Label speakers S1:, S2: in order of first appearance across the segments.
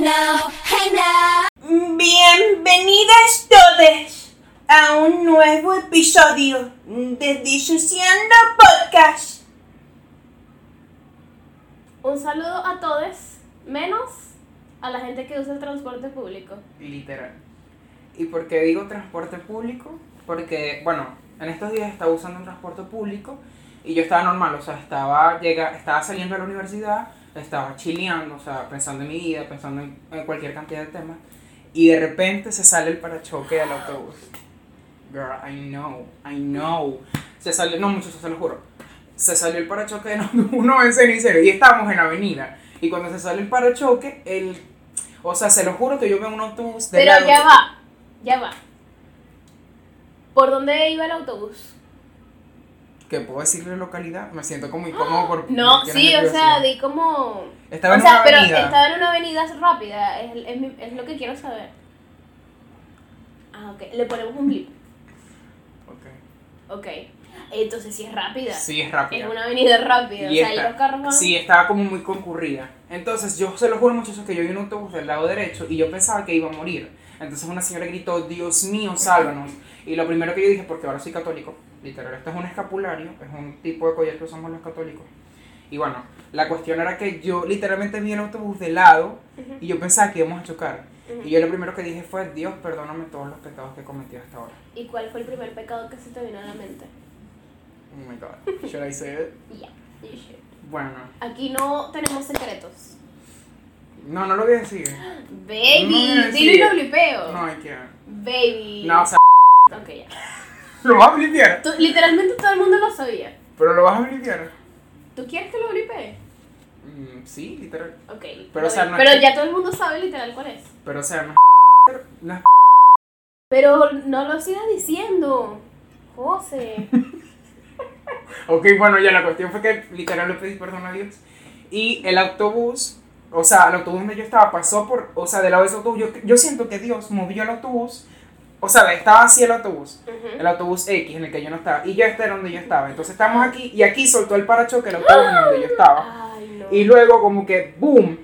S1: now, hey now.
S2: Bienvenidas todas a un nuevo episodio de Disociando Podcast.
S3: Un saludo a todos, menos a la gente que usa el transporte público.
S4: Literal. ¿Y por qué digo transporte público? Porque, bueno, en estos días estaba usando un transporte público y yo estaba normal, o sea, estaba, llega, estaba saliendo de la universidad, estaba chileando, o sea, pensando en mi vida, pensando en, en cualquier cantidad de temas, y de repente se sale el parachoque del autobús. Girl, I know, I know. Se sale, no muchachos, se lo juro. Se salió el parachoque del autobús, no, en serio, en serio, y estábamos en avenida. Y cuando se sale el parachoque, el... O sea, se lo juro que yo veo un autobús de
S3: Pero
S4: lado-
S3: ya va, ya va. ¿Por dónde iba el autobús?
S4: que puedo decirle localidad, me siento como incómodo por
S3: No,
S4: porque
S3: sí,
S4: era
S3: o sea,
S4: curiosidad.
S3: di como...
S4: estaba
S3: o
S4: en
S3: sea,
S4: una
S3: pero
S4: avenida.
S3: estaba en una avenida rápida, es, es mi- es lo que quiero saber. Ah, ok, le ponemos un blip,
S4: Ok.
S3: ok. Entonces sí es rápida.
S4: Sí, es
S3: Es
S4: rápida.
S3: una avenida rápida,
S4: Y
S3: o sea, ahí
S4: esta-
S3: los carros van...
S4: Sí, estaba como muy concurrida. Entonces, yo se lo juro, muchachos, que yo vi un autobús del lado derecho y yo pensaba que iba a morir. Entonces, una señora gritó, Dios mío, sálvanos. Y lo primero que yo dije, porque ahora soy católico, literal, esto es un escapulario, es un tipo de collar que usamos los católicos. Y bueno, la cuestión era que yo literalmente vi el autobús de lado y yo pensaba que íbamos a chocar. Y yo lo primero que dije fue, Dios, perdóname todos los pecados que he cometido hasta ahora.
S3: ¿Y cuál fue el primer pecado que se te vino a la mente?
S4: Oh my god, should I say it?
S3: Ya, you should.
S4: Bueno,
S3: Aquí no tenemos secretos.
S4: no, no lo voy a decir.
S3: Baby,
S4: No, sí.
S3: dilo y lo blipeo.
S4: No, hay que.
S3: Baby.
S4: No, o sea,
S3: Ok, ya.
S4: lo vas a blipear,
S3: Tú- literalmente todo el mundo lo sabía.
S4: pero lo vas a blipear.
S3: ¿Tú quieres que lo blipee?
S4: Mm, sí, literal.
S3: Ok.
S4: Pero, o sea,
S3: lo-
S4: no-
S3: pero ya todo el mundo sabe literal cuál es.
S4: Pero o sea, no no es
S3: Pero no lo sigas diciendo. José.
S4: Ok, bueno, ya la cuestión fue que literal le pedí perdón a Dios. Y el autobús, o sea, el autobús donde yo estaba pasó por, o sea, del lado de ese autobús, yo, yo siento que Dios movió el autobús. O sea, estaba así el autobús,
S3: Ujú.
S4: el autobús X en el que yo no estaba, y yo este era donde yo estaba. Entonces estamos aquí, y aquí soltó el parachoque el autobús en donde yo estaba.
S3: Ay, no.
S4: Y luego como que boom.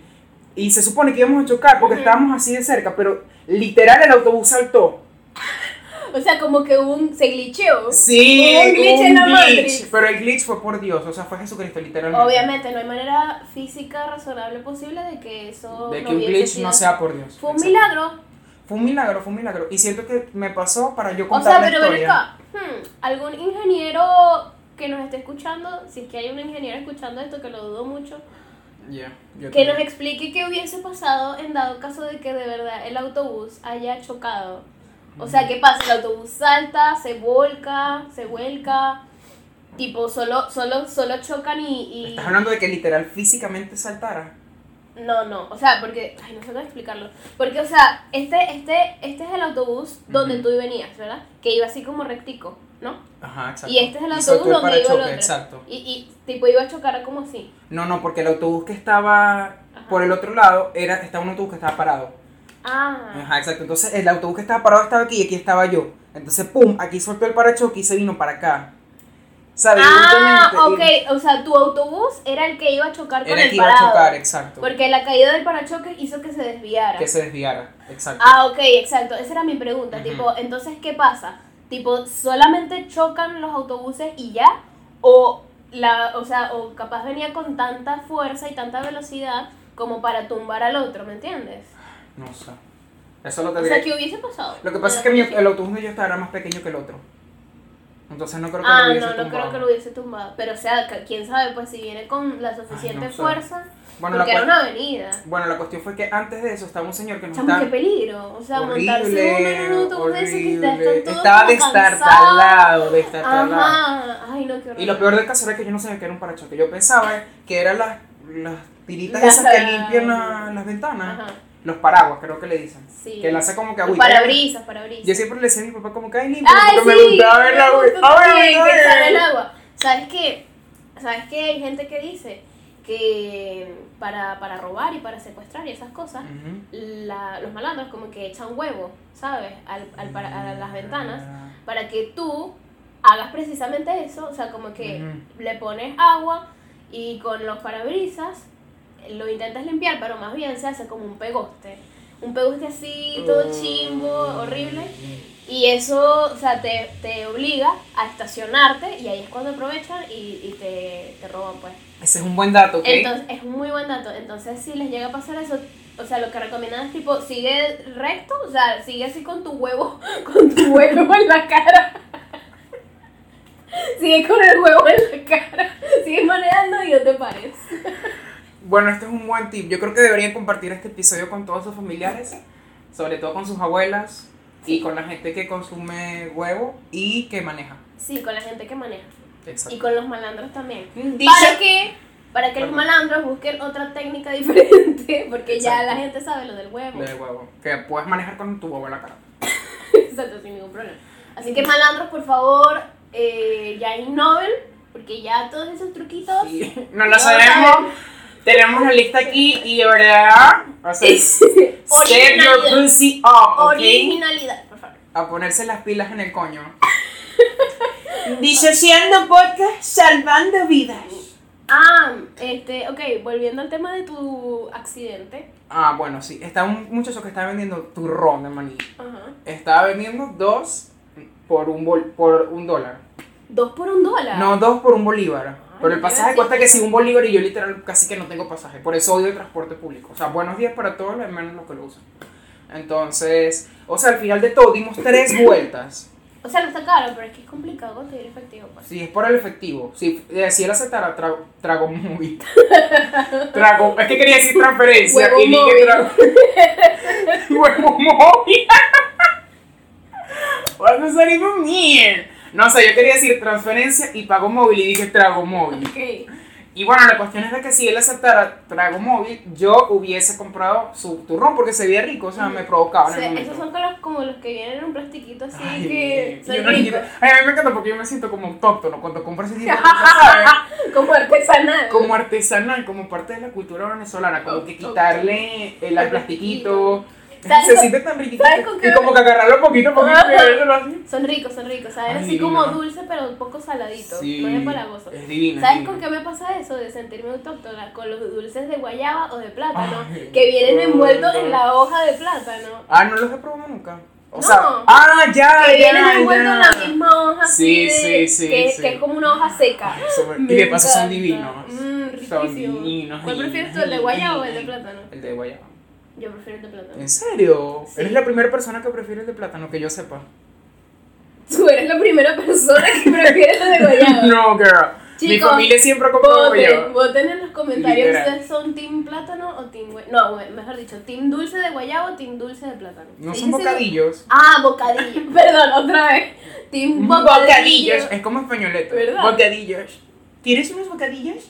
S4: Y se supone que íbamos a chocar porque
S3: Ujú.
S4: estábamos así de cerca, pero literal el autobús saltó.
S3: O sea, como que hubo un. se glitcheó.
S4: Sí,
S3: Hubo un glitch
S4: hubo
S3: en
S4: un
S3: la
S4: glitch,
S3: Matrix.
S4: Pero el glitch fue por Dios, o sea, fue Jesucristo literalmente.
S3: Obviamente, no hay manera física razonable posible de que eso.
S4: De
S3: no
S4: que un
S3: hubiese
S4: glitch
S3: sido
S4: no
S3: así.
S4: sea por Dios.
S3: Fue un
S4: Exacto.
S3: milagro.
S4: Fue un milagro, fue un milagro. Y siento que me pasó para yo
S3: O sea,
S4: contar la
S3: pero ven
S4: historia.
S3: acá, hmm, algún ingeniero que nos esté escuchando, si es que hay un ingeniero escuchando esto, que lo dudo mucho,
S4: Yeah, yo
S3: que
S4: también.
S3: nos explique qué hubiese pasado en dado caso de que de verdad el autobús haya chocado. O sea, ¿qué pasa? El autobús salta, se volca, se vuelca, tipo, solo, solo, solo chocan y... y-
S4: Estás hablando de que literal físicamente saltara.
S3: No, no, o sea, porque... Ay, no sé cómo explicarlo. Porque, o sea, este, este, este es el autobús donde
S4: Ujú.
S3: tú venías, ¿verdad? Que iba así como rectico, ¿no?
S4: Ajá, exacto.
S3: Y este es el autobús
S4: soltó el
S3: donde iba el
S4: parachoque,
S3: otro.
S4: Exacto.
S3: Y, y tipo iba a chocar como así.
S4: No, no, porque el autobús que estaba
S3: Ajá.
S4: por el otro lado era estaba un autobús que estaba parado.
S3: Ah.
S4: Ajá, exacto. Entonces el autobús que estaba parado estaba aquí y aquí estaba yo. Entonces, pum, aquí soltó el parachoque y se vino para acá. ¿Sabes?
S3: Ah, ok.
S4: Evidentemente,
S3: O sea, tu autobús era el que iba a chocar
S4: el-
S3: con
S4: Era el
S3: el
S4: que iba a
S3: parado.
S4: chocar, exacto.
S3: Porque la caída del parachoques hizo que se desviara.
S4: Que se desviara, exacto.
S3: Ah, ok, exacto. Esa era mi pregunta.
S4: Ujú.
S3: Tipo, entonces, ¿qué pasa? Tipo, ¿solamente chocan los autobuses y ya? O, la, o sea, o capaz venía con tanta fuerza y tanta velocidad como para tumbar al otro, ¿me entiendes?
S4: No sé. Eso lo
S3: O
S4: tendría
S3: sea, Ah, ¿qué hubiese pasado?
S4: Lo que pasa es que mi- el autobús de yo estaba era más pequeño que el otro. Entonces no creo que
S3: Ah,
S4: lo
S3: no,
S4: hubiese
S3: no creo
S4: tumbado.
S3: que lo hubiese tumbado. Pero, o sea, ca- quién sabe, pues si viene con la suficiente
S4: Ay, no sé.
S3: fuerza.
S4: bueno, la
S3: porque era
S4: cuest-
S3: una avenida.
S4: bueno, la cuestión fue que antes de eso estaba un señor que nos
S3: Chamo,
S4: estaba...
S3: qué peligro. O sea, montarse uno en
S4: Horrible,
S3: un autobús de esos que está,
S4: horrible.
S3: están todos
S4: Estaba
S3: como cansados.
S4: destartalado, destartalado.
S3: Ajá. Ay, no, qué horror.
S4: Y lo peor del caso era que yo no sabía que era un parachoque. Yo pensaba que eran las, las tiritas
S3: Las-
S4: esas que limpian la- las ventanas.
S3: Ajá.
S4: Los paraguas, creo que le dicen.
S3: Sí.
S4: Que le hace como que
S3: Los
S4: agüita.
S3: parabrisas, parabrisas.
S4: Yo siempre le decía a mi papá como que hay limpio.
S3: Ay, sí.
S4: porque me gustaba ver la agua.
S3: me gusta
S4: Ay,
S3: también,
S4: ay,
S3: que sale
S4: ay.
S3: el agua. ¿Sabes qué? ¿Sabes qué? Hay gente que dice que para, para robar y para secuestrar y esas cosas,
S4: Ujú.
S3: la- los malandros como que echan huevo, ¿sabes? Al, al para- a las ventanas para que tú hagas precisamente eso, o sea, como que
S4: Ujú.
S3: le pones agua y con los parabrisas lo intentas limpiar, pero más bien se hace como un pegoste. Un pegoste así,
S4: Oh. Mm.
S3: todo chimbo, horrible. Y eso, o sea, te, te obliga a estacionarte y ahí es cuando aprovechan y, y te, te roban, pues.
S4: Ese es un buen dato, ¿ok?
S3: Entonces, es un muy buen dato. Entonces, si les llega a pasar eso, o sea, lo que recomiendan es tipo, sigue recto, o sea, sigue así con tu huevo, con tu huevo en la cara. Sigue con el huevo en la cara. Sigue manejando y no te pares.
S4: Bueno, este es un buen tip. Yo creo que deberían compartir este episodio con todos sus familiares, sobre todo con sus abuelas y con la gente que consume huevo y que maneja.
S3: Sí, con la gente que maneja.
S4: Exacto.
S3: Y con los malandros también. ¿Para
S2: Dice,
S3: qué? Para que los
S4: Perdón.
S3: malandros busquen otra técnica diferente, porque ya
S4: Exacto.
S3: la gente sabe lo del huevo.
S4: De huevo. Que puedes manejar con tu huevo en la cara.
S3: Exacto, sin ningún problema. Así que malandros, por favor, eh, ya innoven, porque ya todos esos truquitos.
S4: Y no lo sabemos. Tenemos la lista aquí y de verdad. O sea, step your
S3: Originalidad.
S4: pussy up, ¿ok?
S3: Originalidad, por favor.
S4: A ponerse las pilas en el coño.
S2: disociando podcast, salvando vidas.
S3: Ah, este, ok, volviendo al tema de tu accidente.
S4: Ah, bueno, sí. Está un muchacho que está vendiendo turrón de maní.
S3: Ajá.
S4: Estaba vendiendo dos por un, bol- por un dólar.
S3: Dos por un dólar.
S4: No, dos por un bolívar. Pero el pasaje
S3: gracias.
S4: cuesta que si un bolívar y yo literal casi que no tengo pasaje. Por eso odio el transporte público. O sea, buenos días para todos, menos los que lo usan. Entonces, o sea, al final de todo dimos tres vueltas.
S3: O sea, no está caro, pero es que es complicado conseguir efectivo. Pues.
S4: Si es por el efectivo, si, eh, si él aceptara, tra- trago móvil. trago, es que quería decir transferencia
S3: Huevo
S4: y vi que
S3: móvil.
S4: trago. Huevo móvil. Vas a salir con miel. No sé, yo quería decir transferencia y pago móvil y dije trago móvil.
S3: Ok.
S4: Y bueno, la cuestión es de que si él aceptara Trago Móvil, yo hubiese comprado su turrón porque se veía rico, o sea, me provocaba
S3: O
S4: en el
S3: sea,
S4: Ah, momento.
S3: esos son como los, como los que vienen en un plastiquito así
S4: Ay,
S3: que
S4: yo
S3: son
S4: no quiero-
S3: ricos.
S4: Ay, a mí me encanta porque yo me siento como autóctono cuando compro ese tipo de cosas, ¿sabes?
S3: Como artesanal.
S4: Como artesanal, como parte de la cultura venezolana, como que
S3: Ok.
S4: quitarle el, al plastiquito.
S3: ¿Sabes
S4: Se
S3: con-
S4: siente tan riquito.
S3: ¿sabes con qué
S4: Y como que agarrarlo poquito a poquito y
S3: Ajá.
S4: hacerlo así.
S3: Son ricos, son ricos, ¿sabes?
S4: Ay,
S3: Así como
S4: divino.
S3: dulce, pero un poco saladito.
S4: Sí,
S3: No es empalagoso.
S4: es divino.
S3: ¿Sabes
S4: es
S3: con
S4: divino.
S3: qué me pasa eso de sentirme autóctona? Con los dulces de guayaba o de plátano,
S4: Ay,
S3: que vienen
S4: qué
S3: envueltos en
S4: rico.
S3: la hoja de plátano.
S4: Ah, no los he probado nunca. O
S3: No.
S4: sea, ah, ya,
S3: Que
S4: ya,
S3: vienen envueltos en la
S4: ya.
S3: misma hoja así
S4: Sí,
S3: de-
S4: sí, sí,
S3: que,
S4: sí.
S3: que es como una hoja seca.
S4: Eso me-
S3: Me
S4: y de paso son
S3: encanta.
S4: divinos.
S3: Mm,
S4: son
S3: riquísimo.
S4: divinos.
S3: ¿Cuál prefieres tú, el de guayaba o el de plátano?
S4: El de guayaba.
S3: Yo prefiero el de plátano.
S4: ¿En serio?
S3: Sí.
S4: Eres la primera persona que prefiere el de plátano, que yo sepa.
S3: Tú eres la primera persona que prefiere el de guayaba.
S4: no, girl. Mi
S3: Chicos,
S4: familia siempre ha comprado
S3: Voten,
S4: guayaba.
S3: voten en los comentarios si
S4: Literal.
S3: ustedes son team plátano o team guay- No, me- mejor dicho, team dulce de guayaba o team dulce de plátano.
S4: No
S3: ¿Se
S4: son
S3: dice así?
S4: bocadillos.
S3: Ah, bocadillo. Perdón, otra vez. Team bocadillo.
S4: Bocadillos. Es como españoleto.
S3: ¿Verdad?
S4: Bocadillos.
S2: ¿Tienes unos bocadillos?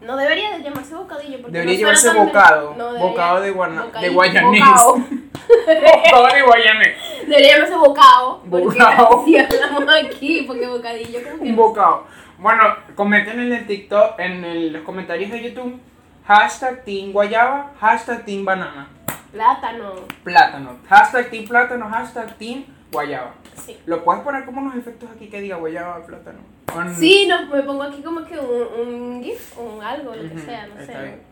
S3: no debería de llamarse bocadillo porque
S4: Debería
S3: no
S4: llevarse
S3: suena tan-
S4: bocado.
S3: No, debería-
S4: bocado de, guana, de
S3: bocadillo,
S4: guayanés.
S3: bocao.
S4: bocado de guayanés.
S3: Debería llamarse bocado. Porque
S4: Bocao.
S3: así hablamos aquí, porque bocadillo como que
S4: Un bocado. Bueno, comenten en el TikTok, en el- los comentarios de YouTube, hashtag Team Guayaba, hashtag Team Banana,
S3: plátano.
S4: plátano, hashtag Team Plátano, hashtag Team Guayaba.
S3: Sí.
S4: Lo puedes poner como unos efectos aquí que diga Guayaba, plátano. Con-
S3: Sí, no, me pongo aquí como que un, un GIF, un algo, lo que
S4: Ujú,
S3: sea, no
S4: está
S3: sé.
S4: bien,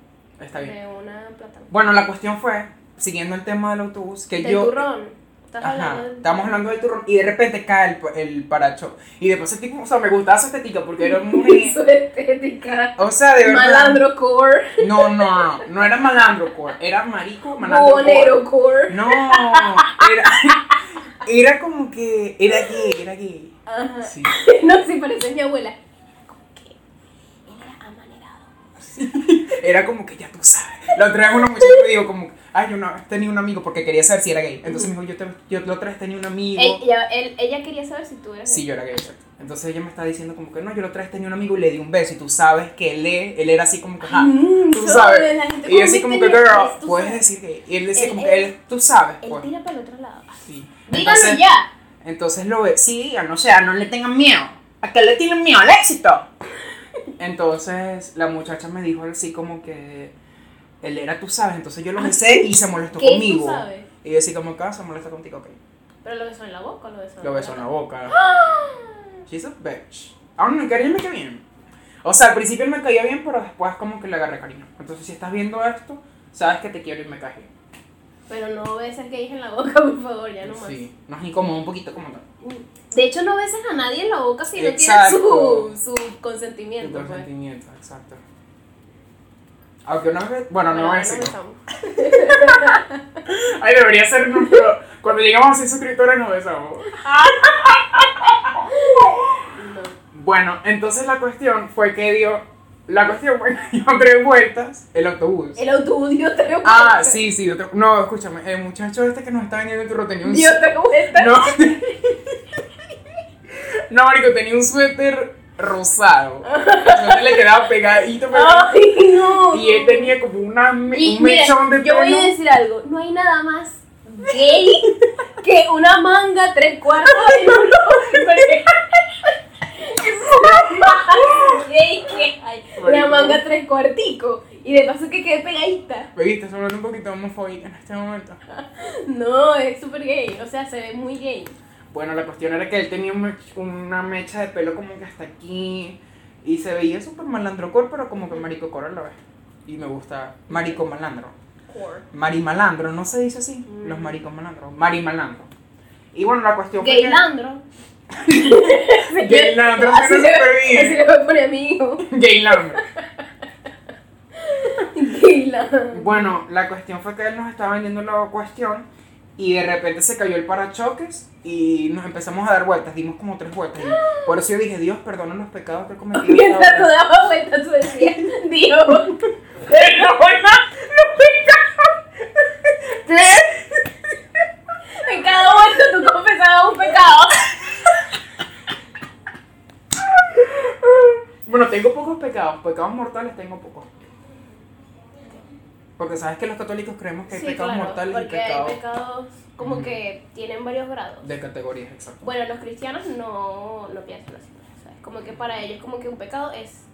S4: Está bien.
S3: De una plátano.
S4: Bueno, la cuestión fue, siguiendo el tema del autobús, que
S3: Del
S4: Eh, yo...
S3: turrón. Estás
S4: Ajá,
S3: hablando del-
S4: estamos hablando del turrón y de repente cae el, el paracho. Y después el tipo, o sea, me gustaba su estética porque era muy...
S3: Su estética.
S4: O sea, de verdad...
S3: Malandro core.
S4: No, no, no, no, no era malandro core, era marico malandro
S3: Bonero
S4: core.
S3: core.
S4: No, era, era como que, era gay, era gay.
S3: Ajá.
S4: Sí.
S3: No, si pareces mi abuela. Como que era amanerado.
S4: Era como que ya tú sabes. La otra vez una muchacha me dijo como, ay, yo una vez tenía un amigo porque quería saber si era gay. Entonces me dijo, yo, te- yo la otra vez tenía un amigo.
S3: Ella, él- ella quería saber si tú eres.
S4: Sí, yo era gay, exacto. Entonces ella me estaba diciendo como que no, yo la otra vez tenía un amigo y le di un beso y tú sabes que él, es- él era así como que, ajá.
S3: Mm,
S4: Tú
S3: solo de
S4: sabes.
S3: la gente
S4: Y así como que,
S3: viste en el-
S4: girl,
S3: tú
S4: puedes
S3: sabes.
S4: decir que. Y él decía
S3: Él-
S4: como que,
S3: él-
S4: él, tú sabes,
S3: Él
S4: pues.
S3: tira para el otro lado.
S4: Sí.
S3: Díganlo
S4: Entonces-
S3: ya.
S4: Entonces lo ve, sí, no sea, no le tengan miedo. ¿A qué le tienen miedo? ¡Al éxito! Entonces la muchacha me dijo así como que él era tú sabes, entonces yo lo besé y se molestó
S3: Ah, ¿Qué tú
S4: conmigo.
S3: sabes?
S4: Y yo así como acá se molesta contigo, ok.
S3: Pero lo besó en la boca, o lo besó.
S4: Lo
S3: en
S4: besó en la boca.
S3: ¡Ah!
S4: She's a bitch. Aún me quería me cae bien. O sea, al principio me caía bien, pero después como que le agarré cariño. Entonces, si estás viendo esto, sabes que te quiero y me caes bien.
S3: Pero no beses gays en la boca, por favor, ya no más.
S4: sí, nos incomoda un poquito como tal.
S3: De hecho, no beses a nadie en la boca si no tienes
S4: Exacto.
S3: su, su consentimiento.
S4: Tu
S3: pues.
S4: consentimiento, exacto. Aunque una vez, bueno, no
S3: Bueno,
S4: es
S3: no
S4: eso.
S3: besamos.
S4: Ay, debería ser nuestro, cuando llegamos a 100 suscriptores nos besamos.
S3: No.
S4: Bueno, entonces la cuestión fue que dio, la cuestión fue que dio tres vueltas el autobús.
S3: El autobús dio tres
S4: Ah,
S3: vueltas.
S4: sí, sí, otro- no, escúchame, el muchacho este que nos está vendiendo el turro tenía un
S3: Dio tres vueltas.
S4: No. No, marico, tenía un suéter rosado. El suéter le quedaba pegadito, pegadito.
S3: Ay, no.
S4: Y él tenía como una, me-
S3: Y
S4: un
S3: mira,
S4: mechón de
S3: Yo voy a
S4: pelo.
S3: decir algo. No hay nada más gay que una manga tres cuartos en un hombre. Es lo más gay que hay. Una
S4: Marico.
S3: manga tres cuarticos. Y de paso que quede pegadita.
S4: Me viste, se volvió un poquito homofóbica en este momento.
S3: No, es súper gay. O sea, se ve muy gay.
S4: Bueno, la cuestión era que él tenía un mech- una mecha de pelo como que hasta aquí. Y se veía súper malandrocor, pero como que marico cor a la vez. Y me gusta marico malandro. Mari malandro, ¿no se dice así?
S3: Mm.
S4: Los maricos malandros. Mari malandro. Y bueno, la cuestión fue que-
S3: Gaylandro.
S4: Gaylandro suena
S3: Así le-
S4: súper bien.
S3: Así le voy a poner a mi hijo.
S4: Gaylandro.
S3: Gaylandro.
S4: Bueno, la cuestión fue que él nos estaba vendiendo la cuestión y de repente se cayó el parachoques y nos empezamos a dar vueltas, dimos como tres vueltas. y por eso yo dije, Dios, perdona los pecados que he cometido.
S3: Mientras tú dabas vueltas, tú decías, Dios.
S4: ¡Perdona los pecados! ¿Qué?
S3: En cada vuelta tú confesabas un pecado.
S4: Bueno, tengo pocos pecados, pecados mortales tengo pocos. Porque sabes que los católicos creemos que hay pecados mortales y
S3: porque hay
S4: pecados
S3: pecados como
S4: Ujú.
S3: que tienen varios grados.
S4: de categorías, exacto.
S3: Bueno, los cristianos no, no piensan así. o sea, es como que para ellos como que un pecado es...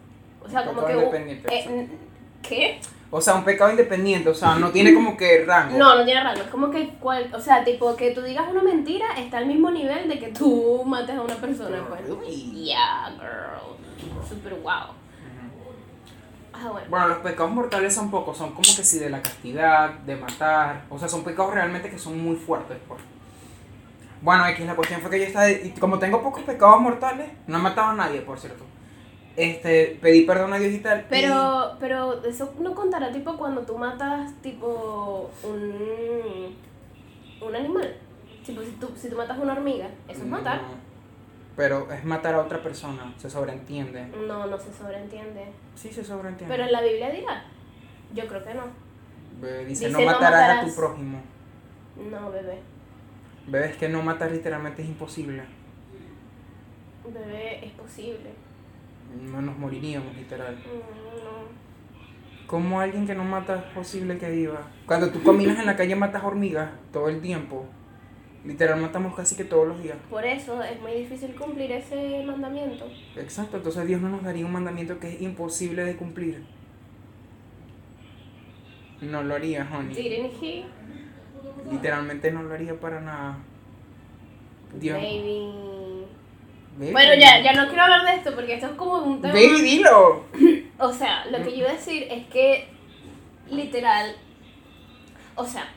S3: O sea,
S4: Un
S3: como que...
S4: pecado
S3: un-
S4: independiente,
S3: eh,
S4: exacto.
S3: n- ¿Qué?
S4: O sea, un pecado independiente, o sea, no tiene como que rango.
S3: No, no tiene rango. Es como que cual... O sea, tipo que tú digas una mentira está al mismo nivel de que tú mates a una persona. Pues.
S4: Uy.
S3: Yeah, girl. Super wow.
S4: Ujú.
S3: Ah, bueno.
S4: Bueno, los pecados mortales son pocos, son como que sí de la castidad, de matar, o sea, son pecados realmente que son muy fuertes. pues. Bueno, aquí la cuestión fue que yo estaba, y como tengo pocos pecados mortales, no he matado a nadie, por cierto. Este, pedí perdón a Dios y tal. y-
S3: Pero, pero eso no contará tipo cuando tú matas tipo un, un animal. Tipo, si tú, si tú matas una hormiga, eso es matar.
S4: No, pero es matar a otra persona, se sobreentiende.
S3: No, no se sobreentiende.
S4: Sí, se sobreentiende.
S3: Pero en la Biblia dirá. Yo creo que no.
S4: Ve, dice,
S3: dice,
S4: no
S3: "No
S4: matarás, a tu
S3: matarás".
S4: prójimo.
S3: No, bebé.
S4: Bebé, es que no matar literalmente es imposible.
S3: Bebé, es posible.
S4: No nos moriríamos, literal.
S3: Mm, No.
S4: ¿Cómo alguien que no mata es posible que viva? Cuando tú caminas en la calle matas hormigas todo el tiempo. Literal matamos casi que todos los días.
S3: Por eso es muy difícil cumplir ese mandamiento.
S4: Exacto, entonces Dios no nos daría un mandamiento que es imposible de cumplir. No lo haría, honey.
S3: Didn't he?
S4: Literalmente no lo haría para nada. Dios.
S3: Baby.
S4: Baby.
S3: Bueno, ya, ya no quiero hablar de esto porque esto es como un tema.
S4: ¿Eh? Baby, dilo.
S3: O sea, lo que yo iba a decir es que literal, o sea,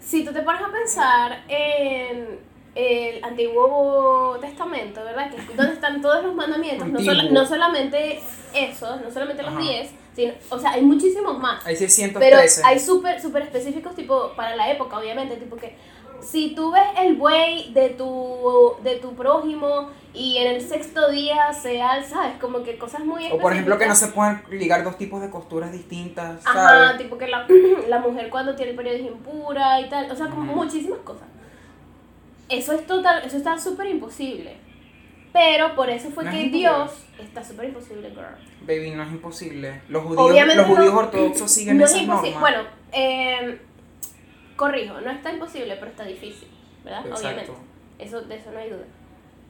S3: si tú te paras a pensar en el Antiguo Testamento, ¿verdad? Que es donde están todos los mandamientos, no, sola-
S4: Antiguo.
S3: no solamente esos, no solamente los
S4: Ajá.
S3: 10, sino, o sea, hay muchísimos más.
S4: Hay
S3: Pero
S4: 613.
S3: hay súper súper específicos tipo para la época, obviamente, tipo que si tú ves el buey de tu de tu prójimo y en el sexto día se alza, es como que cosas muy
S4: O por ejemplo que no
S3: específicas.
S4: se puedan ligar dos tipos de costuras distintas, ¿sabes?
S3: Ajá, tipo que la, la mujer cuando tiene el periodo es impura y tal, o sea, como
S4: Ujú.
S3: muchísimas cosas. Eso es total, eso está súper imposible. Pero por eso fue
S4: No es
S3: que
S4: imposible.
S3: Dios está súper imposible, girl.
S4: Baby, no es imposible. Los judíos,
S3: Obviamente
S4: los judíos
S3: no-
S4: ortodoxos siguen
S3: no es
S4: esas
S3: imposi-
S4: normas.
S3: Bueno, eh, corrijo, no está imposible, pero está difícil, ¿verdad?
S4: Exacto.
S3: Obviamente. Eso, de eso no hay duda.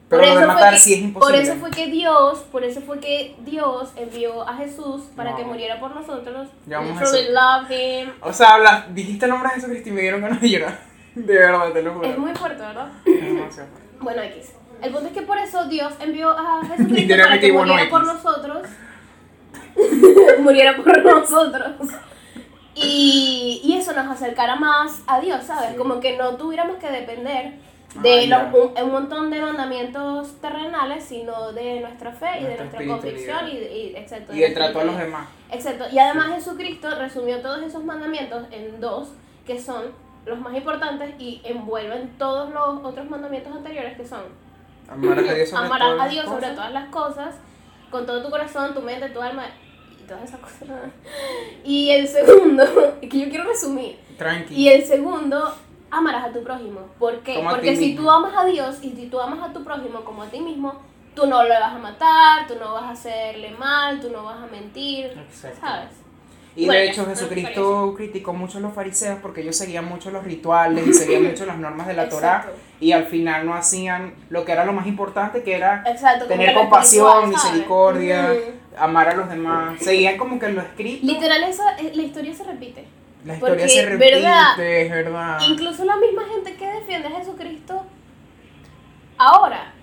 S4: Pero lo de
S3: fue
S4: matar
S3: que-
S4: sí es imposible.
S3: Por eso fue que Dios, por eso fue que Dios envió a Jesús para
S4: No.
S3: que muriera por nosotros.
S4: Ya vamos a
S3: We truly
S4: eso.
S3: love him.
S4: O sea, hablas, dijiste el nombre de Jesucristo y me dieron ganas de llorar. De verdad, te lo juro.
S3: Es muy fuerte, ¿verdad?
S4: Es demasiado fuerte.
S3: Bueno, X. El punto es que por eso Dios envió a Jesucristo para
S4: Literalmente
S3: que
S4: igual no
S3: muriera
S4: X.
S3: por nosotros. muriera por nosotros. Y, y eso nos acercara más a Dios, ¿sabes?
S4: Sí.
S3: Como que no tuviéramos que depender
S4: Ah,
S3: de
S4: ya.
S3: los- un, un montón de mandamientos terrenales, sino de nuestra fe y de
S4: Nuestra
S3: nuestra convicción y,
S4: espiritualidad.
S3: y- exacto,
S4: Y
S3: de
S4: el trato a los
S3: espiritualidad.
S4: demás.
S3: Exacto, y además Jesucristo resumió todos esos mandamientos en dos, que son los más importantes y envuelven todos los otros mandamientos anteriores, que son
S4: Amar a Dios sobre
S3: amarás
S4: todas
S3: a
S4: las
S3: Dios sobre
S4: cosas.
S3: todas las cosas, con todo tu corazón, tu mente, tu alma y todas esas cosas. Y el segundo, que yo quiero resumir,
S4: Tranqui.
S3: y el segundo, amarás a tu prójimo. ¿Por qué?
S4: Como a
S3: Porque
S4: ti
S3: si
S4: mismo.
S3: tú amas a Dios y si tú amas a tu prójimo como a ti mismo, tú no lo vas a matar, tú no vas a hacerle mal, tú no vas a mentir,
S4: Exacto.
S3: ¿sabes?
S4: Y
S3: Bueno,
S4: de
S3: ya,
S4: hecho
S3: no me
S4: Jesucristo criticó mucho a los fariseos porque ellos seguían mucho los rituales y seguían mucho las normas de la Torá
S3: Exacto.
S4: y al final no hacían lo que era lo más importante que era
S3: Exacto, como
S4: tener
S3: que lo
S4: compasión,
S3: espiritual, ¿sabes?
S4: misericordia,
S3: Ujú.
S4: amar a los demás. Seguían como que lo escrito.
S3: Mm. Literal, esa, eh, la historia se repite.
S4: la historia
S3: porque,
S4: se repite,
S3: ¿verdad?
S4: es verdad.
S3: Incluso la misma gente que defiende a Jesucristo ahora.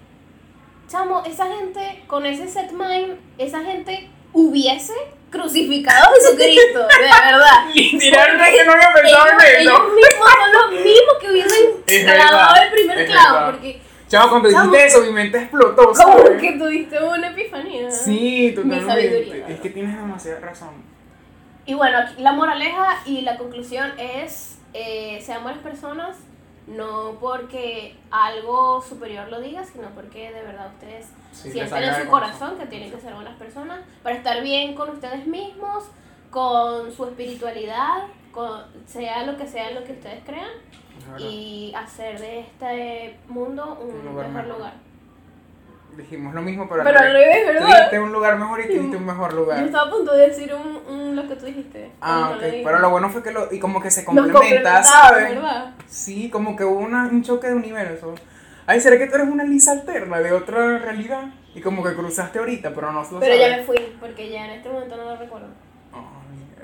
S3: Chamo, esa gente con ese set mind, esa gente hubiese crucificado a Jesucristo, de verdad.
S4: Literalmente que no había
S3: Ellos,
S4: pensado en
S3: ellos
S4: eso.
S3: mismos son los mismos que
S4: Es
S3: hubiesen
S4: verdad,
S3: clavado el primer
S4: es
S3: clavo,
S4: verdad.
S3: porque
S4: Chavo, cuando
S3: Chamo.
S4: dijiste eso mi mente explotó. ¿sabes?
S3: como que tuviste una epifanía.
S4: Sí,
S3: sabiduría,
S4: totalmente. Es
S3: ¿verdad?
S4: que tienes demasiada razón.
S3: Y bueno, aquí la moraleja y la conclusión es, eh, sean buenas personas, no porque algo superior lo diga, sino porque de verdad ustedes
S4: Sí, te
S3: sienten
S4: saca
S3: en
S4: de
S3: su corazón que tienen que ser buenas personas para estar bien con ustedes mismos, con su espiritualidad, con, sea lo que sea lo que ustedes crean,
S4: Es verdad.
S3: y hacer de este mundo un,
S4: Un lugar
S3: mejor
S4: mejor.
S3: lugar.
S4: Dijimos lo mismo, pero, al
S3: Pero al
S4: revés.
S3: revés,
S4: Tú
S3: ¿verdad?
S4: dijiste un lugar mejor y tú dijiste un mejor
S3: Yo
S4: lugar.
S3: estaba a punto de decir un, un- lo que tú dijiste.
S4: Ah,
S3: no
S4: ok.
S3: lo dije.
S4: Pero lo bueno fue que lo. Y como que se
S3: Nos
S4: complementa,
S3: complementamos,
S4: ¿sabes?
S3: ¿verdad?
S4: Sí, como que hubo una- un choque de universo. Ay, ¿será que tú eres una Lisa alterna de otra realidad? Y como que cruzaste ahorita, pero no lo
S3: Pero
S4: sabes.
S3: ya me fui, porque ya en este momento no lo recuerdo.
S4: Ay,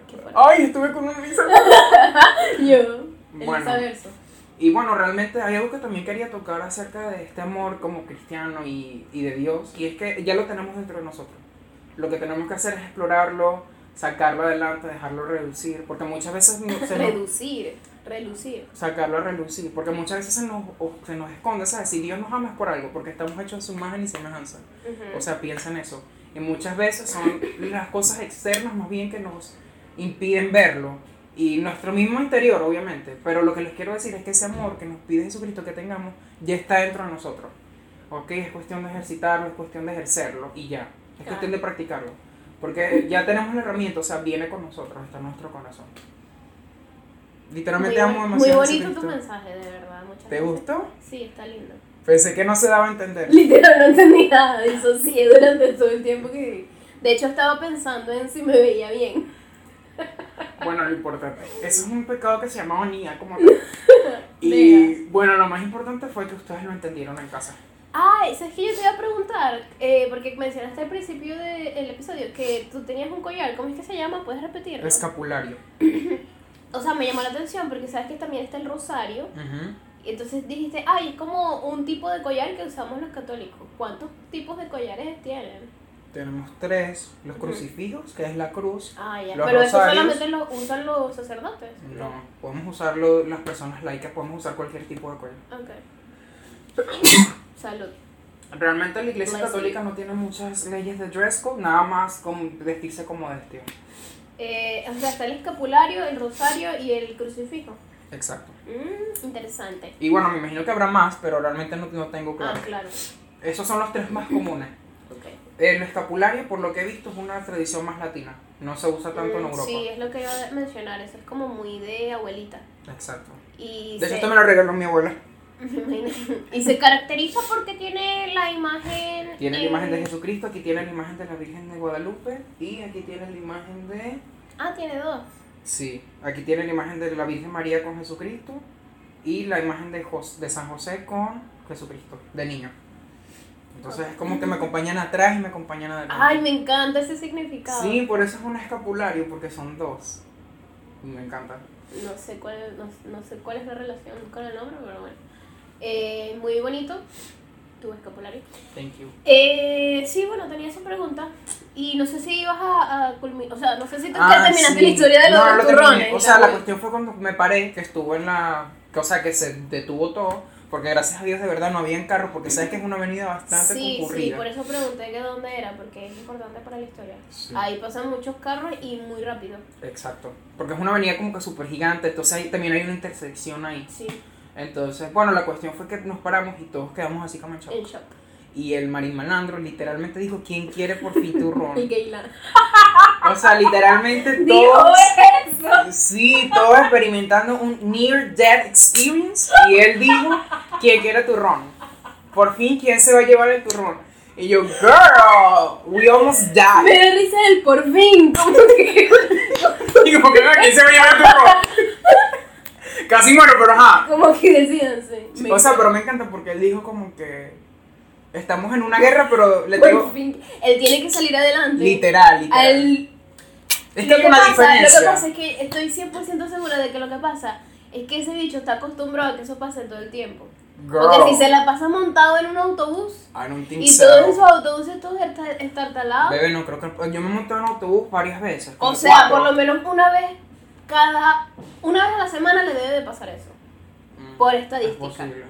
S3: Qué
S4: mierda.
S3: fuerte.
S4: Ay, estuve con una Lisa.
S3: Yo, el
S4: Bueno.
S3: saberso.
S4: Y bueno, realmente hay algo que también quería tocar acerca de este amor como cristiano y, y de Dios, y es que ya lo tenemos dentro de nosotros. Lo que tenemos que hacer es explorarlo, sacarlo adelante, dejarlo reducir, porque muchas veces no- se nos-
S3: Reducir, relucir.
S4: sacarlo a relucir, porque muchas veces se nos, o- se nos esconde, ¿sabes? Si Dios nos ama es por algo, porque estamos hechos a su imagen y semejanza.
S3: Ujú.
S4: O sea, piensa en eso. Y muchas veces son las cosas externas más bien que nos impiden verlo. Y nuestro mismo interior, obviamente. Pero lo que les quiero decir es que ese amor que nos pide Jesucristo que tengamos ya está dentro de nosotros. ¿Ok? Es cuestión de ejercitarlo, es cuestión de ejercerlo y ya. Es cuestión de practicarlo. Porque ya tenemos la herramienta, o sea, viene con nosotros, está en nuestro corazón. Literalmente
S3: muy,
S4: amo
S3: bon-
S4: demasiado
S3: muy
S4: a
S3: bonito tu
S4: Jesucristo.
S3: mensaje, de verdad. Muchas
S4: ¿Te
S3: gracias.
S4: gustó?
S3: Sí, está lindo.
S4: Pensé que no se daba a entender.
S3: Literal, no entendí nada de eso, sí, durante todo el tiempo que... De hecho, estaba pensando en si me veía bien.
S4: Bueno, lo importante. Eso es un pecado que se llama onía, como tal. Y bueno, lo más importante fue que ustedes lo entendieron en casa.
S3: Ay, Ah, ¿sabes que Yo te iba a preguntar, eh, porque mencionaste al principio del episodio que tú tenías un collar, ¿cómo es que se llama? ¿Puedes repetirlo?
S4: Escapulario.
S3: O sea, me llamó la atención porque sabes que también está el rosario. Y entonces dijiste, ay, es como un tipo de collar que usamos los católicos. ¿Cuántos tipos de collares tienen?
S4: Tenemos tres: los
S3: Ujú.
S4: crucifijos, que es la cruz.
S3: Ah, ya.
S4: Los
S3: Pero eso
S4: rosarios.
S3: solamente lo usan los sacerdotes.
S4: No, podemos usarlo las personas laicas, podemos usar cualquier tipo de cuello.
S3: Ok. Salud.
S4: Realmente la iglesia
S3: Bless you.
S4: católica no tiene muchas leyes de dress code, nada más con vestirse como este vestido.
S3: Eh, o sea, está el escapulario, el rosario y el crucifijo.
S4: Exacto.
S3: Mm, interesante.
S4: Y bueno, me imagino que habrá más, pero realmente no, no tengo claro.
S3: Ah, claro.
S4: Esos son los tres más comunes.
S3: Ok.
S4: El escapulario, por Eh, lo que he visto, es una tradición más latina. No se usa tanto en
S3: Mm,
S4: Europa.
S3: Sí, es lo que iba a mencionar. Eso es como muy de abuelita.
S4: Exacto.
S3: Y
S4: De hecho,
S3: se-
S4: esto me lo regaló mi abuela.
S3: Me imagino. Y se caracteriza porque tiene la imagen.
S4: Tiene la
S3: eh,
S4: imagen de Jesucristo, aquí tiene la imagen de la Virgen de Guadalupe y aquí tiene la imagen de...
S3: Ah, tiene dos.
S4: Sí, aquí tiene la imagen de la Virgen María con Jesucristo y la imagen de, Jos- de San José con Jesucristo, de niño. Entonces es como que me acompañan atrás y me acompañan adelante.
S3: Ay, me encanta ese significado.
S4: Sí, por eso es un escapulario, porque son dos. Y Me encanta.
S3: No sé cuál, no, no sé cuál es la relación con el nombre, pero bueno. Eh, muy bonito. tu escapulario.
S4: Thank you.
S3: Eh, sí, bueno, tenía esa pregunta. Y no sé si ibas a, a culmi- O sea, no sé si tú
S4: Ah,
S3: terminaste
S4: sí.
S3: la historia de los
S4: No, no lo terminé.
S3: turrones.
S4: O sea, la
S3: la-
S4: cuestión fue cuando me paré, que estuvo en la. que, o sea, que se detuvo todo. Porque gracias a Dios de verdad no había en carro, porque sabes que es una avenida bastante
S3: Sí, sí,
S4: concurrida.
S3: por eso pregunté que dónde era, porque es importante para la historia.
S4: Sí.
S3: Ahí pasan muchos carros y muy rápido.
S4: Exacto. Porque es una avenida como que súper gigante, entonces ahí también hay una intersección ahí.
S3: Sí,
S4: Entonces, bueno, la cuestión fue que nos paramos y todos quedamos así como en shock.
S3: en shock.
S4: Y el marín malandro literalmente dijo, ¿quién quiere por fin
S3: Y
S4: turrón?
S3: Keila.
S4: o sea, literalmente
S3: Dijo
S4: todos...
S3: eso.
S4: Sí, todos experimentando un near death experience y él dijo quién quiere turrón. Por fin quién se va a llevar el turrón. Y yo, girl, we almost
S3: Me
S4: died.
S3: da risa el por fin. ¿Cómo que?
S4: Y como que no, quién se va a llevar el turrón. Casi muero, pero ajá.
S3: Como que decíanse. Me-
S4: O sea, pero me encanta porque él dijo como que estamos en una guerra, pero le
S3: por
S4: tengo
S3: fin. Él tiene que salir adelante.
S4: literal,
S3: A
S4: literal.
S3: él-
S4: Es que
S3: lo
S4: hay una
S3: pasa- Lo que
S4: diferencia.
S3: pasa es que estoy 100% segura de que lo que pasa es que ese bicho está acostumbrado a que eso pase todo el tiempo. Porque si se
S4: Girl,
S3: la pasa montado en un autobús
S4: I don't think
S3: y
S4: so.
S3: todos esos autobuses todos estar- estartalados.
S4: Bebé, no creo que. Yo me monté en autobús varias veces.
S3: O
S4: como
S3: sea,
S4: cuatro.
S3: por lo menos una vez cada. Una vez a la semana le debe de pasar eso.
S4: Mm,
S3: Por
S4: es
S3: estadística.
S4: posible.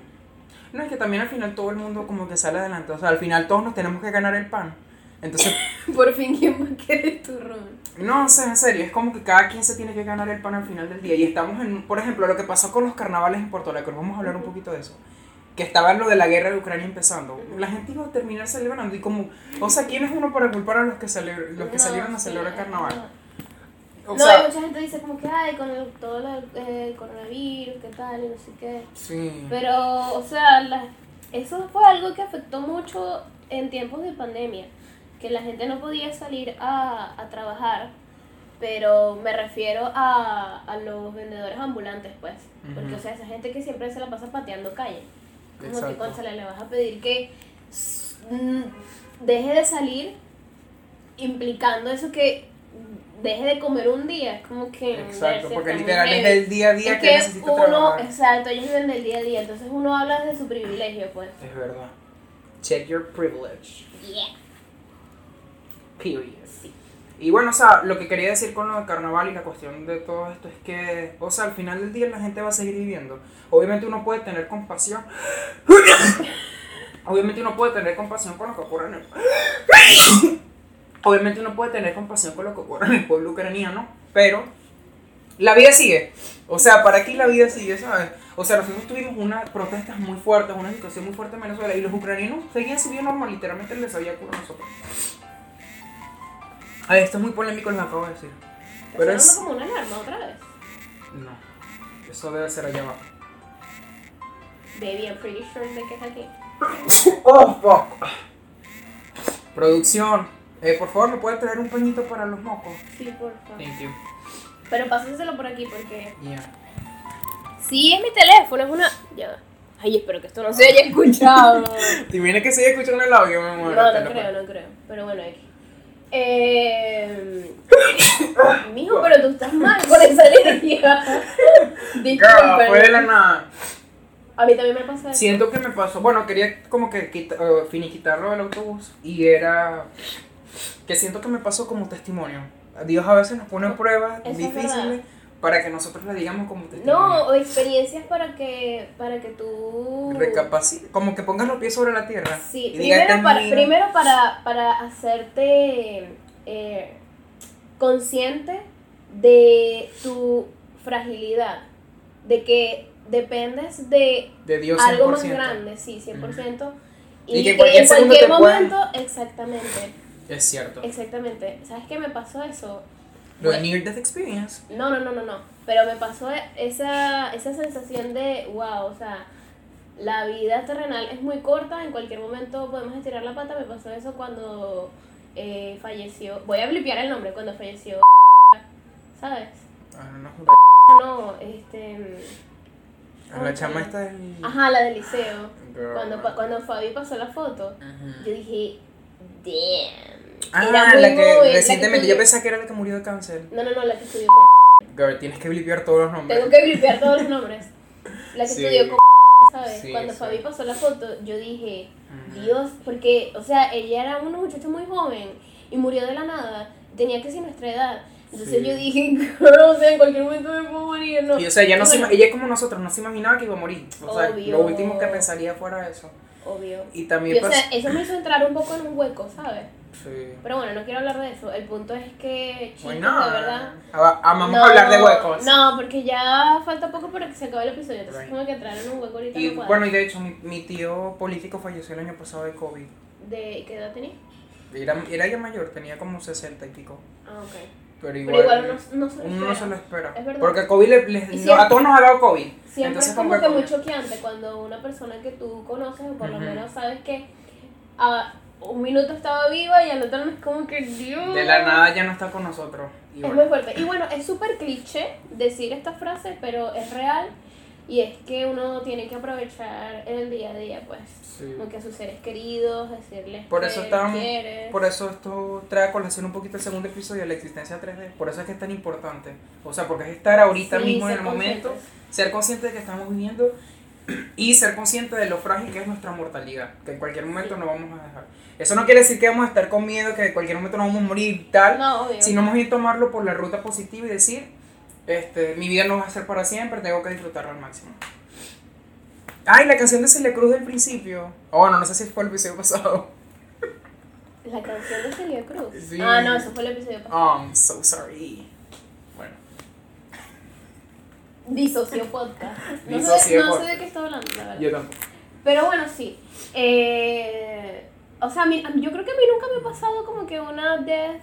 S4: No, es que también al final todo el mundo como que sale adelante. O sea, al final todos nos tenemos que ganar el pan. Entonces,
S3: Por fin, ¿quién va a querer turrón?
S4: no, o sea, en serio, es como que cada quien se tiene que ganar el pan al final del día. Y estamos en, por ejemplo, lo que pasó con los carnavales en Puerto Rico, vamos a hablar un poquito de eso. Que estaba lo de la guerra de Ucrania empezando. La gente iba a terminar celebrando y como, o sea, ¿quién es uno para culpar a los que, celebr- los que
S3: No,
S4: salieron a
S3: sí,
S4: celebrar carnaval?
S3: no. no,
S4: O
S3: y
S4: sea,
S3: mucha gente dice como que, ay, con el- todo el coronavirus, qué tal, y no sé qué.
S4: sí.
S3: Pero, o sea, la- eso fue algo que afectó mucho en tiempos de pandemia, que la gente no podía salir a, a trabajar, pero me refiero a, a los vendedores ambulantes, pues, porque,
S4: Ujú.
S3: o sea, esa gente que siempre se la pasa pateando calle, como que,
S4: Exacto.
S3: cónchale, le vas a pedir que s- mm, deje de salir implicando eso que deje de comer un día, es como que...
S4: Exacto,
S3: verse,
S4: porque
S3: está muy
S4: literal es
S3: heavy.
S4: el día a día
S3: Es
S4: que,
S3: que
S4: necesita
S3: uno,
S4: trabajar.
S3: exacto, ellos viven del día a día, entonces uno habla de su privilegio, pues.
S4: Es verdad. Check your privilege.
S3: Yeah.
S4: Period. Y bueno, o sea, lo que quería decir con lo de carnaval y la cuestión de todo esto es que, o sea, al final del día la gente va a seguir viviendo. Obviamente uno puede tener compasión. Obviamente uno puede tener compasión con lo que ocurre en el... Obviamente uno puede tener compasión con lo que ocurre en el pueblo ucraniano, pero la vida sigue. O sea, para aquí la vida sigue, ¿sabes? O sea, nosotros tuvimos unas protestas muy fuertes, una situación muy fuerte en Venezuela y los ucranianos seguían su vida normal, literalmente les había ocurrido a nosotros. Ay, esto es muy polémico lo que acabo de decir. Pero
S3: Pero
S4: es...
S3: como una alarma otra vez.
S4: No, eso debe ser allá abajo.
S3: Baby, I'm pretty sure de que es aquí.
S4: Oh, fuck. Producción, eh, por favor, ¿me puede traer un pañito para los mocos?
S3: Sí, por favor.
S4: you.
S3: Pero pásenselo por aquí porque.
S4: Yeah.
S3: Sí, es mi teléfono, es una. Ya. Ay, espero que esto no se haya escuchado. no,
S4: Si viene que se haya escuchado en el audio, me muero. te
S3: no
S4: lo
S3: creo,
S4: juro.
S3: no creo. Pero bueno, aquí. Eh, mijo, pero tú estás mal por esa energía.
S4: Girl, fue de la
S3: Disculpen.
S4: nada.
S3: A mí también me pasa eso.
S4: Siento que me pasó. Bueno, quería como que quita- eh, finiquitarlo del autobús y era. Que siento que me pasó como testimonio. Dios a veces nos pone pruebas
S3: Eso es
S4: difíciles
S3: verdad.
S4: para que nosotros le digamos como testimonio.
S3: No, o experiencias para que, para que tú...
S4: Recapacita, como que pongas los pies sobre la tierra.
S3: uh. Sí,
S4: y "Este digas,
S3: primero, para,
S4: "Termina".
S3: primero para, para hacerte eh, consciente de tu fragilidad, de que dependes de
S4: de Dios
S3: algo más
S4: 100%.
S3: grande, sí, 100%.
S4: Y que cualquier
S3: en
S4: segundo
S3: cualquier
S4: te pueda-
S3: momento, exactamente,
S4: Es cierto.
S3: exactamente. ¿Sabes qué me pasó eso?
S4: Lo de Near Death Experience.
S3: No, no, no, no, no. Pero me pasó esa, esa sensación de, wow, o sea, la vida terrenal es muy corta, en cualquier momento podemos estirar la pata. Me pasó eso cuando eh, falleció, voy a blipear el nombre, cuando falleció, ¿sabes?
S4: Ah, no, no,
S3: No, este...
S4: a la chama esta del.
S3: Ajá, la del liceo.
S4: Girl.
S3: Cuando, pa- cuando Fabi pasó la foto,
S4: Ajá.
S3: yo dije, damn.
S4: Ah,
S3: Era muy
S4: la que
S3: joven, la que
S4: recientemente
S3: estudió-
S4: yo pensaba que era la que murió de cáncer.
S3: No, no, no, la que estudió con...
S4: Girl, tienes que blipear todos los nombres.
S3: Tengo que blipear todos los nombres. La que
S4: Sí.
S3: estudió con... ¿Sabes?
S4: Sí,
S3: Cuando
S4: sí.
S3: Fabi pasó la foto, yo dije,
S4: Ajá.
S3: Dios, porque, o sea, ella era una muchacha muy joven y murió de la nada. Tenía que ser nuestra edad. Entonces
S4: Sí.
S3: yo dije, girl, o sea, en cualquier momento me puedo morir, ¿no?
S4: Y o sea, ella, no se
S3: Bueno,
S4: ima- ella es como nosotros, no se imaginaba que iba a morir. O sea,
S3: Obvio.
S4: lo último que pensaría fuera eso.
S3: Obvio.
S4: Y
S3: Y,
S4: también
S3: o
S4: pas-
S3: sea, eso me hizo entrar un poco en un hueco, ¿sabes?
S4: Sí.
S3: Pero bueno, no quiero hablar de eso. El punto es que, chicos,
S4: Bueno,
S3: de verdad...
S4: ah, amamos
S3: no,
S4: hablar de huecos.
S3: No, porque ya falta poco para que se acabe el episodio. Entonces
S4: Right.
S3: tengo que entrar en un hueco ahorita.
S4: Y
S3: no puedo.
S4: bueno, y de hecho, mi, mi tío político falleció el año pasado de COVID.
S3: ¿De qué edad tenés?
S4: Era, era ya mayor, tenía como 60 y pico.
S3: Ah, ok.
S4: Pero igual,
S3: Pero igual no, no se lo
S4: uno no
S3: espera.
S4: se lo espera.
S3: Es verdad.
S4: Porque el COVID, le, les-
S3: Y
S4: no,
S3: siempre-
S4: a todos nos ha dado COVID.
S3: Siempre
S4: Entonces,
S3: es como
S4: como
S3: que
S4: que-
S3: muy choqueante cuando una persona que tú conoces o por lo
S4: Ujú.
S3: menos sabes que a un minuto estaba viva y al otro no es como que Dios.
S4: De la nada ya no está con nosotros. Y
S3: Es
S4: bueno,
S3: muy fuerte. Y bueno, es súper cliché decir esta frase, pero es real. Y es que uno tiene que aprovechar el día a día, pues.
S4: sí.
S3: Como que a sus seres queridos, decirles
S4: Por
S3: que
S4: eso
S3: los
S4: estábamos-
S3: quieres.
S4: Por eso esto trae a colación un poquito el segundo episodio de la existencia 3D. Por eso es que es tan importante. O sea, porque es estar ahorita
S3: Sí,
S4: mismo en
S3: ser
S4: el momento,
S3: conscientes.
S4: ser consciente de que estamos viviendo y ser consciente de lo frágil que es nuestra mortalidad. Que en cualquier momento
S3: Sí.
S4: nos vamos a dejar. Eso no quiere decir que vamos a estar con miedo, que en cualquier momento nos vamos a morir y tal.
S3: No, obvio.
S4: sino más bien tomarlo por la ruta positiva y decir, este, mi vida no va a ser para siempre, tengo que disfrutarla al máximo. Ay, la canción de Celia Cruz del principio. Oh, bueno, no sé si fue el episodio pasado.
S3: La canción de Celia Cruz.
S4: Sí.
S3: Ah, no, eso fue el episodio pasado.
S4: I'm Um, so sorry. Bueno,
S3: Disocio podcast. No, sé,
S4: Disocio
S3: no sé de
S4: podcast.
S3: qué está hablando, la verdad.
S4: yo tampoco.
S3: Pero bueno, sí. Eh, o sea, a mí- a mí- yo creo que a mí nunca me ha pasado como que una death.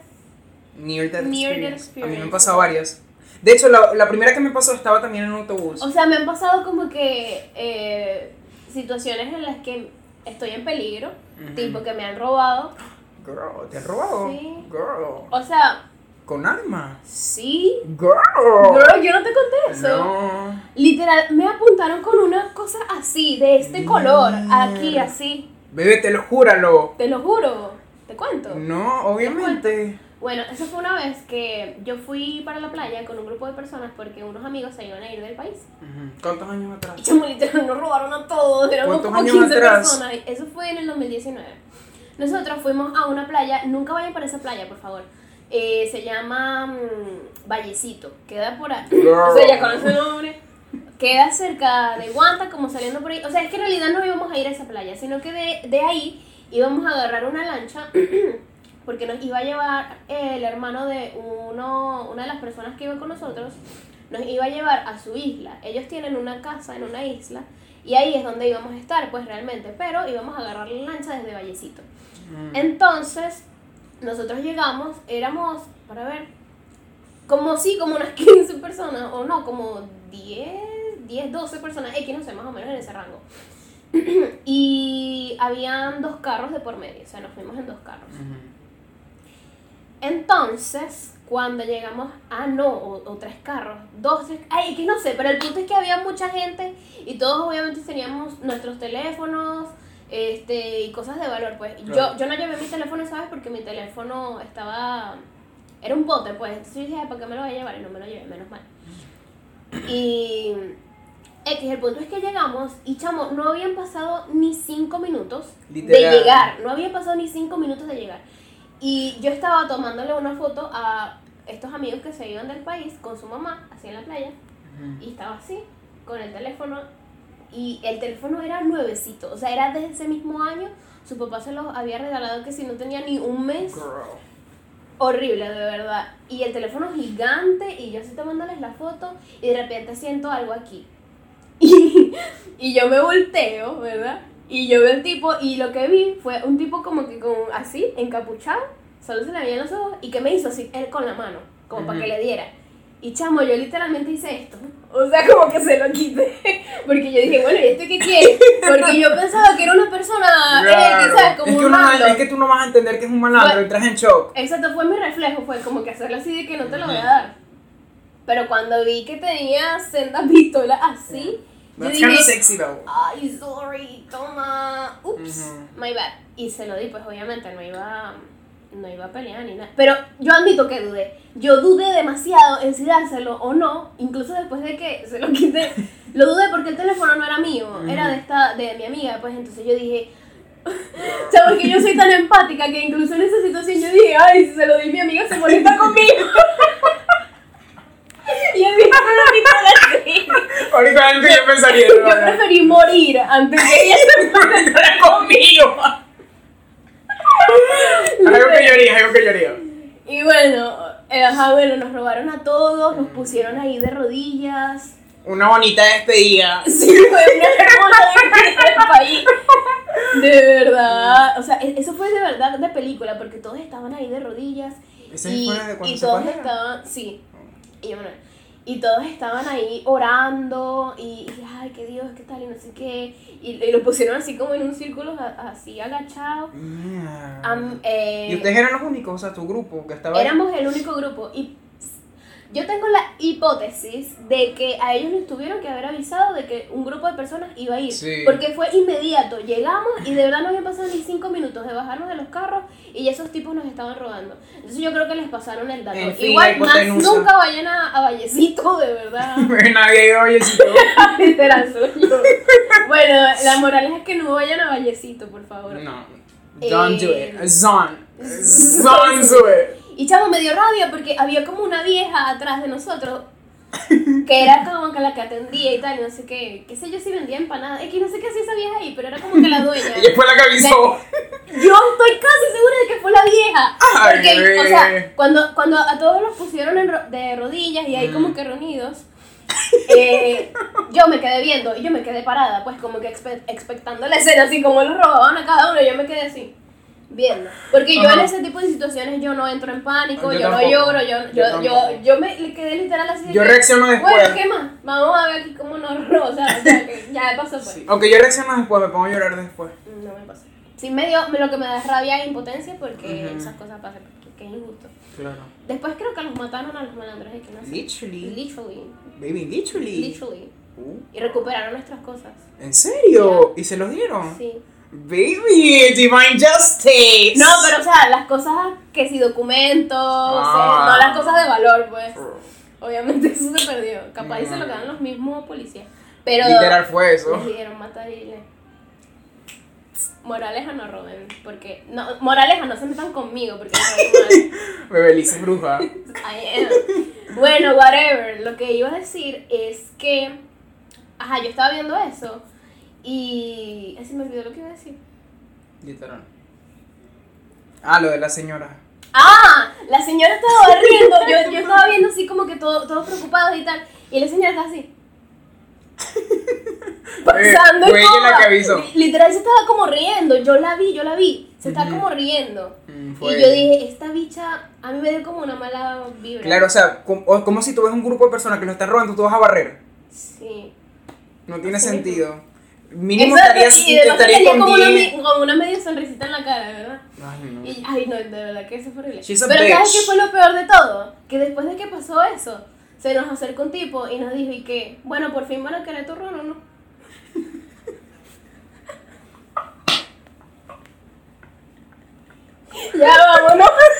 S4: Near Death
S3: Near Death
S4: experience. A mí me
S3: Experience.
S4: han pasado varias. De hecho, la, la primera que me pasó estaba también en un autobús.
S3: O sea, me han pasado como que eh, situaciones en las que estoy en peligro,
S4: Ujú.
S3: tipo que me han robado.
S4: Girl, ¿te han robado?
S3: Sí.
S4: Girl.
S3: O sea,
S4: ¿Con arma?
S3: sí.
S4: Girl.
S3: Girl, yo no te conté eso.
S4: Oh. No.
S3: Literal, me apuntaron con una cosa así, de este color, aquí,
S4: Mierda.
S3: así.
S4: Bebé, te lo júralo.
S3: Te lo juro. Te cuento.
S4: No, obviamente.
S3: Bueno, eso fue una vez que yo fui para la playa con un grupo de personas porque unos amigos se iban a ir del país.
S4: Ujú. ¿Cuántos años
S3: Y
S4: atrás?
S3: chamo, literal, nos robaron a todos, éramos
S4: ¿Cuántos
S3: como
S4: años
S3: 15
S4: atrás?
S3: personas. Y Eso fue en el 2019. Nosotros fuimos a una playa, nunca vayan para esa playa, por favor. Eh, se llama mm, Vallecito, queda por ahí. O sea, ya conoce el nombre. Queda cerca de Guanta, como saliendo por ahí. O sea, es que en realidad no íbamos a ir a esa playa, sino que de, de ahí íbamos a agarrar una lancha porque nos iba a llevar el hermano de uno, una de las personas que iba con nosotros, nos iba a llevar a su isla. Ellos tienen una casa en una isla y ahí es donde íbamos a estar, pues realmente, pero íbamos a agarrar la lancha desde Vallecito.
S4: Mm.
S3: Entonces, nosotros llegamos, éramos, para ver, como sí, como unas 15 personas, o no, como 10, 10, 12 personas, X, no sé, más o menos en ese rango. y habían dos carros de por medio, o sea, nos fuimos en dos carros.
S4: Ujú.
S3: Entonces, cuando llegamos, ah, no, o, o tres carros, dos, tres, ay, que no sé, pero el punto es que había mucha gente y todos obviamente teníamos nuestros teléfonos este, y cosas de valor, pues. Y Yo,
S4: Claro.
S3: yo no llevé mi teléfono, ¿sabes? Porque mi teléfono estaba, era un bote, pues. Entonces yo dije, ay, ¿para qué me lo voy a llevar? Y no me lo llevé, menos mal. Y X, el punto es que llegamos y chamo, no habían pasado ni cinco minutos
S4: Literal.
S3: de llegar, no había pasado ni cinco minutos de llegar. Y yo estaba tomándole una foto a estos amigos que se iban del país con su mamá, así en la playa,
S4: Ujú.
S3: y estaba así, con el teléfono, y el teléfono era nuevecito, o sea, era de ese mismo año, su papá se los había regalado que si no tenía ni un mes,
S4: Girl.
S3: horrible, de verdad, y el teléfono gigante, y yo así tomándoles la foto, y de repente siento algo aquí, y, y yo me volteo, ¿verdad? Y yo veo el tipo, y lo que vi fue un tipo como que con, así, encapuchado, solo se le veían los ojos, y que me hizo así, él con la mano, como para que
S4: Ujú.
S3: le diera. Y chamo, yo literalmente hice esto. O sea, como que se lo quité. Porque yo dije, bueno, ¿y este qué quiere? Porque yo pensaba que era una persona, eh,
S4: Claro.
S3: quizás, como
S4: es, Ah, que
S3: un
S4: uno no-
S3: random.
S4: es que tú no vas a entender que es un malandro,
S3: Bueno.
S4: entras en shock.
S3: Exacto, fue mi reflejo, fue como que hacerlo así de que no te lo voy a dar. Pero cuando vi que tenía senda pistola así, yo
S4: That's
S3: dije,
S4: kind of sexy though.
S3: ay, sorry, toma, ups,
S4: Ujú.
S3: my bad. Y se lo di, pues obviamente no iba, no iba a pelear ni nada. Pero yo admito que dudé. Yo dudé demasiado en si dárselo o no, incluso después de que se lo quité. lo dudé porque el teléfono no era mío, era de, esta, de mi amiga. Pues entonces yo dije, O sea, porque yo soy tan empática que incluso en esa situación yo dije, ay, si se lo di mi amiga se molesta conmigo. y el viejo no lo dijo así.
S4: Ahorita gente yo pensaría,
S3: Yo preferí morir antes que ella se
S4: no, conmigo. Algo que yo haría, algo que yo haría.
S3: Y bueno, eh, ajá, bueno, nos robaron a todos, nos pusieron ahí de rodillas.
S4: Una bonita despedida.
S3: Sí, fue una hermosa despedida del país. De verdad, o sea, e- eso fue de verdad de película, porque todos estaban ahí de rodillas.
S4: ¿Ese
S3: y,
S4: fue de cuando
S3: y
S4: se
S3: todos
S4: cuadraron?
S3: estaban, sí, y bueno, y todos estaban ahí orando y, y, ay, que Dios, qué tal, y no sé qué. Y, y lo pusieron así como en un círculo, a- así agachado.
S4: Mierda.
S3: Am- eh,
S4: y ustedes eran los únicos, o sea, tu grupo que estaba. ahí.
S3: Éramos el único grupo y yo tengo la hipótesis de que a ellos les tuvieron que haber avisado de que un grupo de personas iba a ir.
S4: Sí.
S3: Porque fue inmediato, llegamos y de verdad no habían pasado ni cinco minutos de bajarnos de los carros y ya esos tipos nos estaban robando. Entonces yo creo que les pasaron el dato.
S4: En fin, la
S3: Igual más
S4: hipotenusa.
S3: nunca vayan a, a Vallecito, de verdad.
S4: Nadie iba a Vallecito.
S3: Literal, soy yo. Bueno, la moral es que no vayan a Vallecito, por favor.
S4: No. Don't do
S3: Eh.
S4: it. Zon. Zon do it.
S3: Y chamo, me dio rabia porque había como una vieja atrás de nosotros que era como que la que atendía y tal, y no sé qué, qué sé yo si vendía empanadas, es que no sé qué hacía esa vieja ahí, pero era como que la dueña.
S4: Ella fue la que avisó.
S3: Yo estoy casi segura de que fue la vieja.
S4: Ay,
S3: Porque, o
S4: bebé.
S3: sea, cuando, cuando a todos los pusieron en ro- de rodillas y ahí
S4: Mm.
S3: como que reunidos, eh, yo me quedé viendo y yo me quedé parada, pues como que expe- expectando la escena, así como los robaban a cada uno, yo me quedé así. Viendo. Porque yo
S4: Ajá.
S3: en ese tipo de situaciones yo no entro en pánico,
S4: Yo
S3: yo, no
S4: tampoco.
S3: lloro, yo,
S4: Yo
S3: yo, yo,
S4: tampoco.
S3: yo me le quedé literal así. de
S4: Yo pues".
S3: que,
S4: reacciono
S3: Bueno,
S4: después.
S3: ¿qué más? Vamos a ver aquí cómo nos roba, o sea, o sea, que ya pasó pues.
S4: Aunque yo reacciono después, me pongo a llorar después.
S3: No me pasa. Sí, me dio, lo que me da es rabia e impotencia porque
S4: Ujú.
S3: esas cosas pasan, porque que es injusto.
S4: Claro.
S3: Después creo que los mataron a los malandros de que no sé.
S4: Literally.
S3: Literally.
S4: Baby, literally.
S3: Literally.
S4: Uh,
S3: Y recuperaron nuestras cosas.
S4: ¿En serio? ¿Y se los dieron?
S3: Sí.
S4: Baby, Divine Justice.
S3: No, pero o sea, las cosas que si documentos,
S4: Ah.
S3: eh, no las cosas de valor, pues.
S4: pero.
S3: Obviamente eso se perdió. Capaz y se lo quedan los mismos policías. Pero
S4: Mm. Literal fue eso.
S3: les dieron matadiles. Moraleja no roben, porque. No, Moraleja no se metan conmigo, porque no mal.
S4: Bebé Liz es bruja.
S3: I am. eh. Bueno, whatever. Lo que iba a decir es que. Ajá, yo estaba viendo eso. Y. ay, Se me olvidó lo que iba a decir.
S4: Literal. Ah, lo de la señora.
S3: ¡Ah! La señora estaba barriendo. Yo, yo estaba viendo así como que todo, todos preocupados y tal. Y la señora estaba así. Pasando
S4: Fue ella la
S3: escoba.
S4: que avisó.
S3: Li- Literal se estaba como riendo. Yo la vi, yo la vi. Se estaba
S4: Ujú.
S3: como riendo.
S4: Mm,
S3: y
S4: fue
S3: yo
S4: ella.
S3: dije, esta bicha a mí me dio como una mala vibra.
S4: Claro, o sea, com- o- como si tú ves un grupo de personas que lo están robando, tú vas a barrer.
S3: Sí.
S4: No tiene
S3: Sí.
S4: sentido. Mínimo
S3: Eso,
S4: estarías,
S3: y de
S4: estarías
S3: repente tenía
S4: con
S3: como una,
S4: 10.
S3: me- como una media sonrisita en la cara, de ¿verdad?
S4: Ay, no.
S3: Y, ay, no, de verdad que eso fue horrible.
S4: She's a
S3: Pero ¿sabes
S4: bitch.
S3: qué fue lo peor de todo? Que después de que pasó eso, se nos acercó un tipo y nos dijo, ¿y qué? Bueno, por fin van a querer turrón o no. ya, vámonos.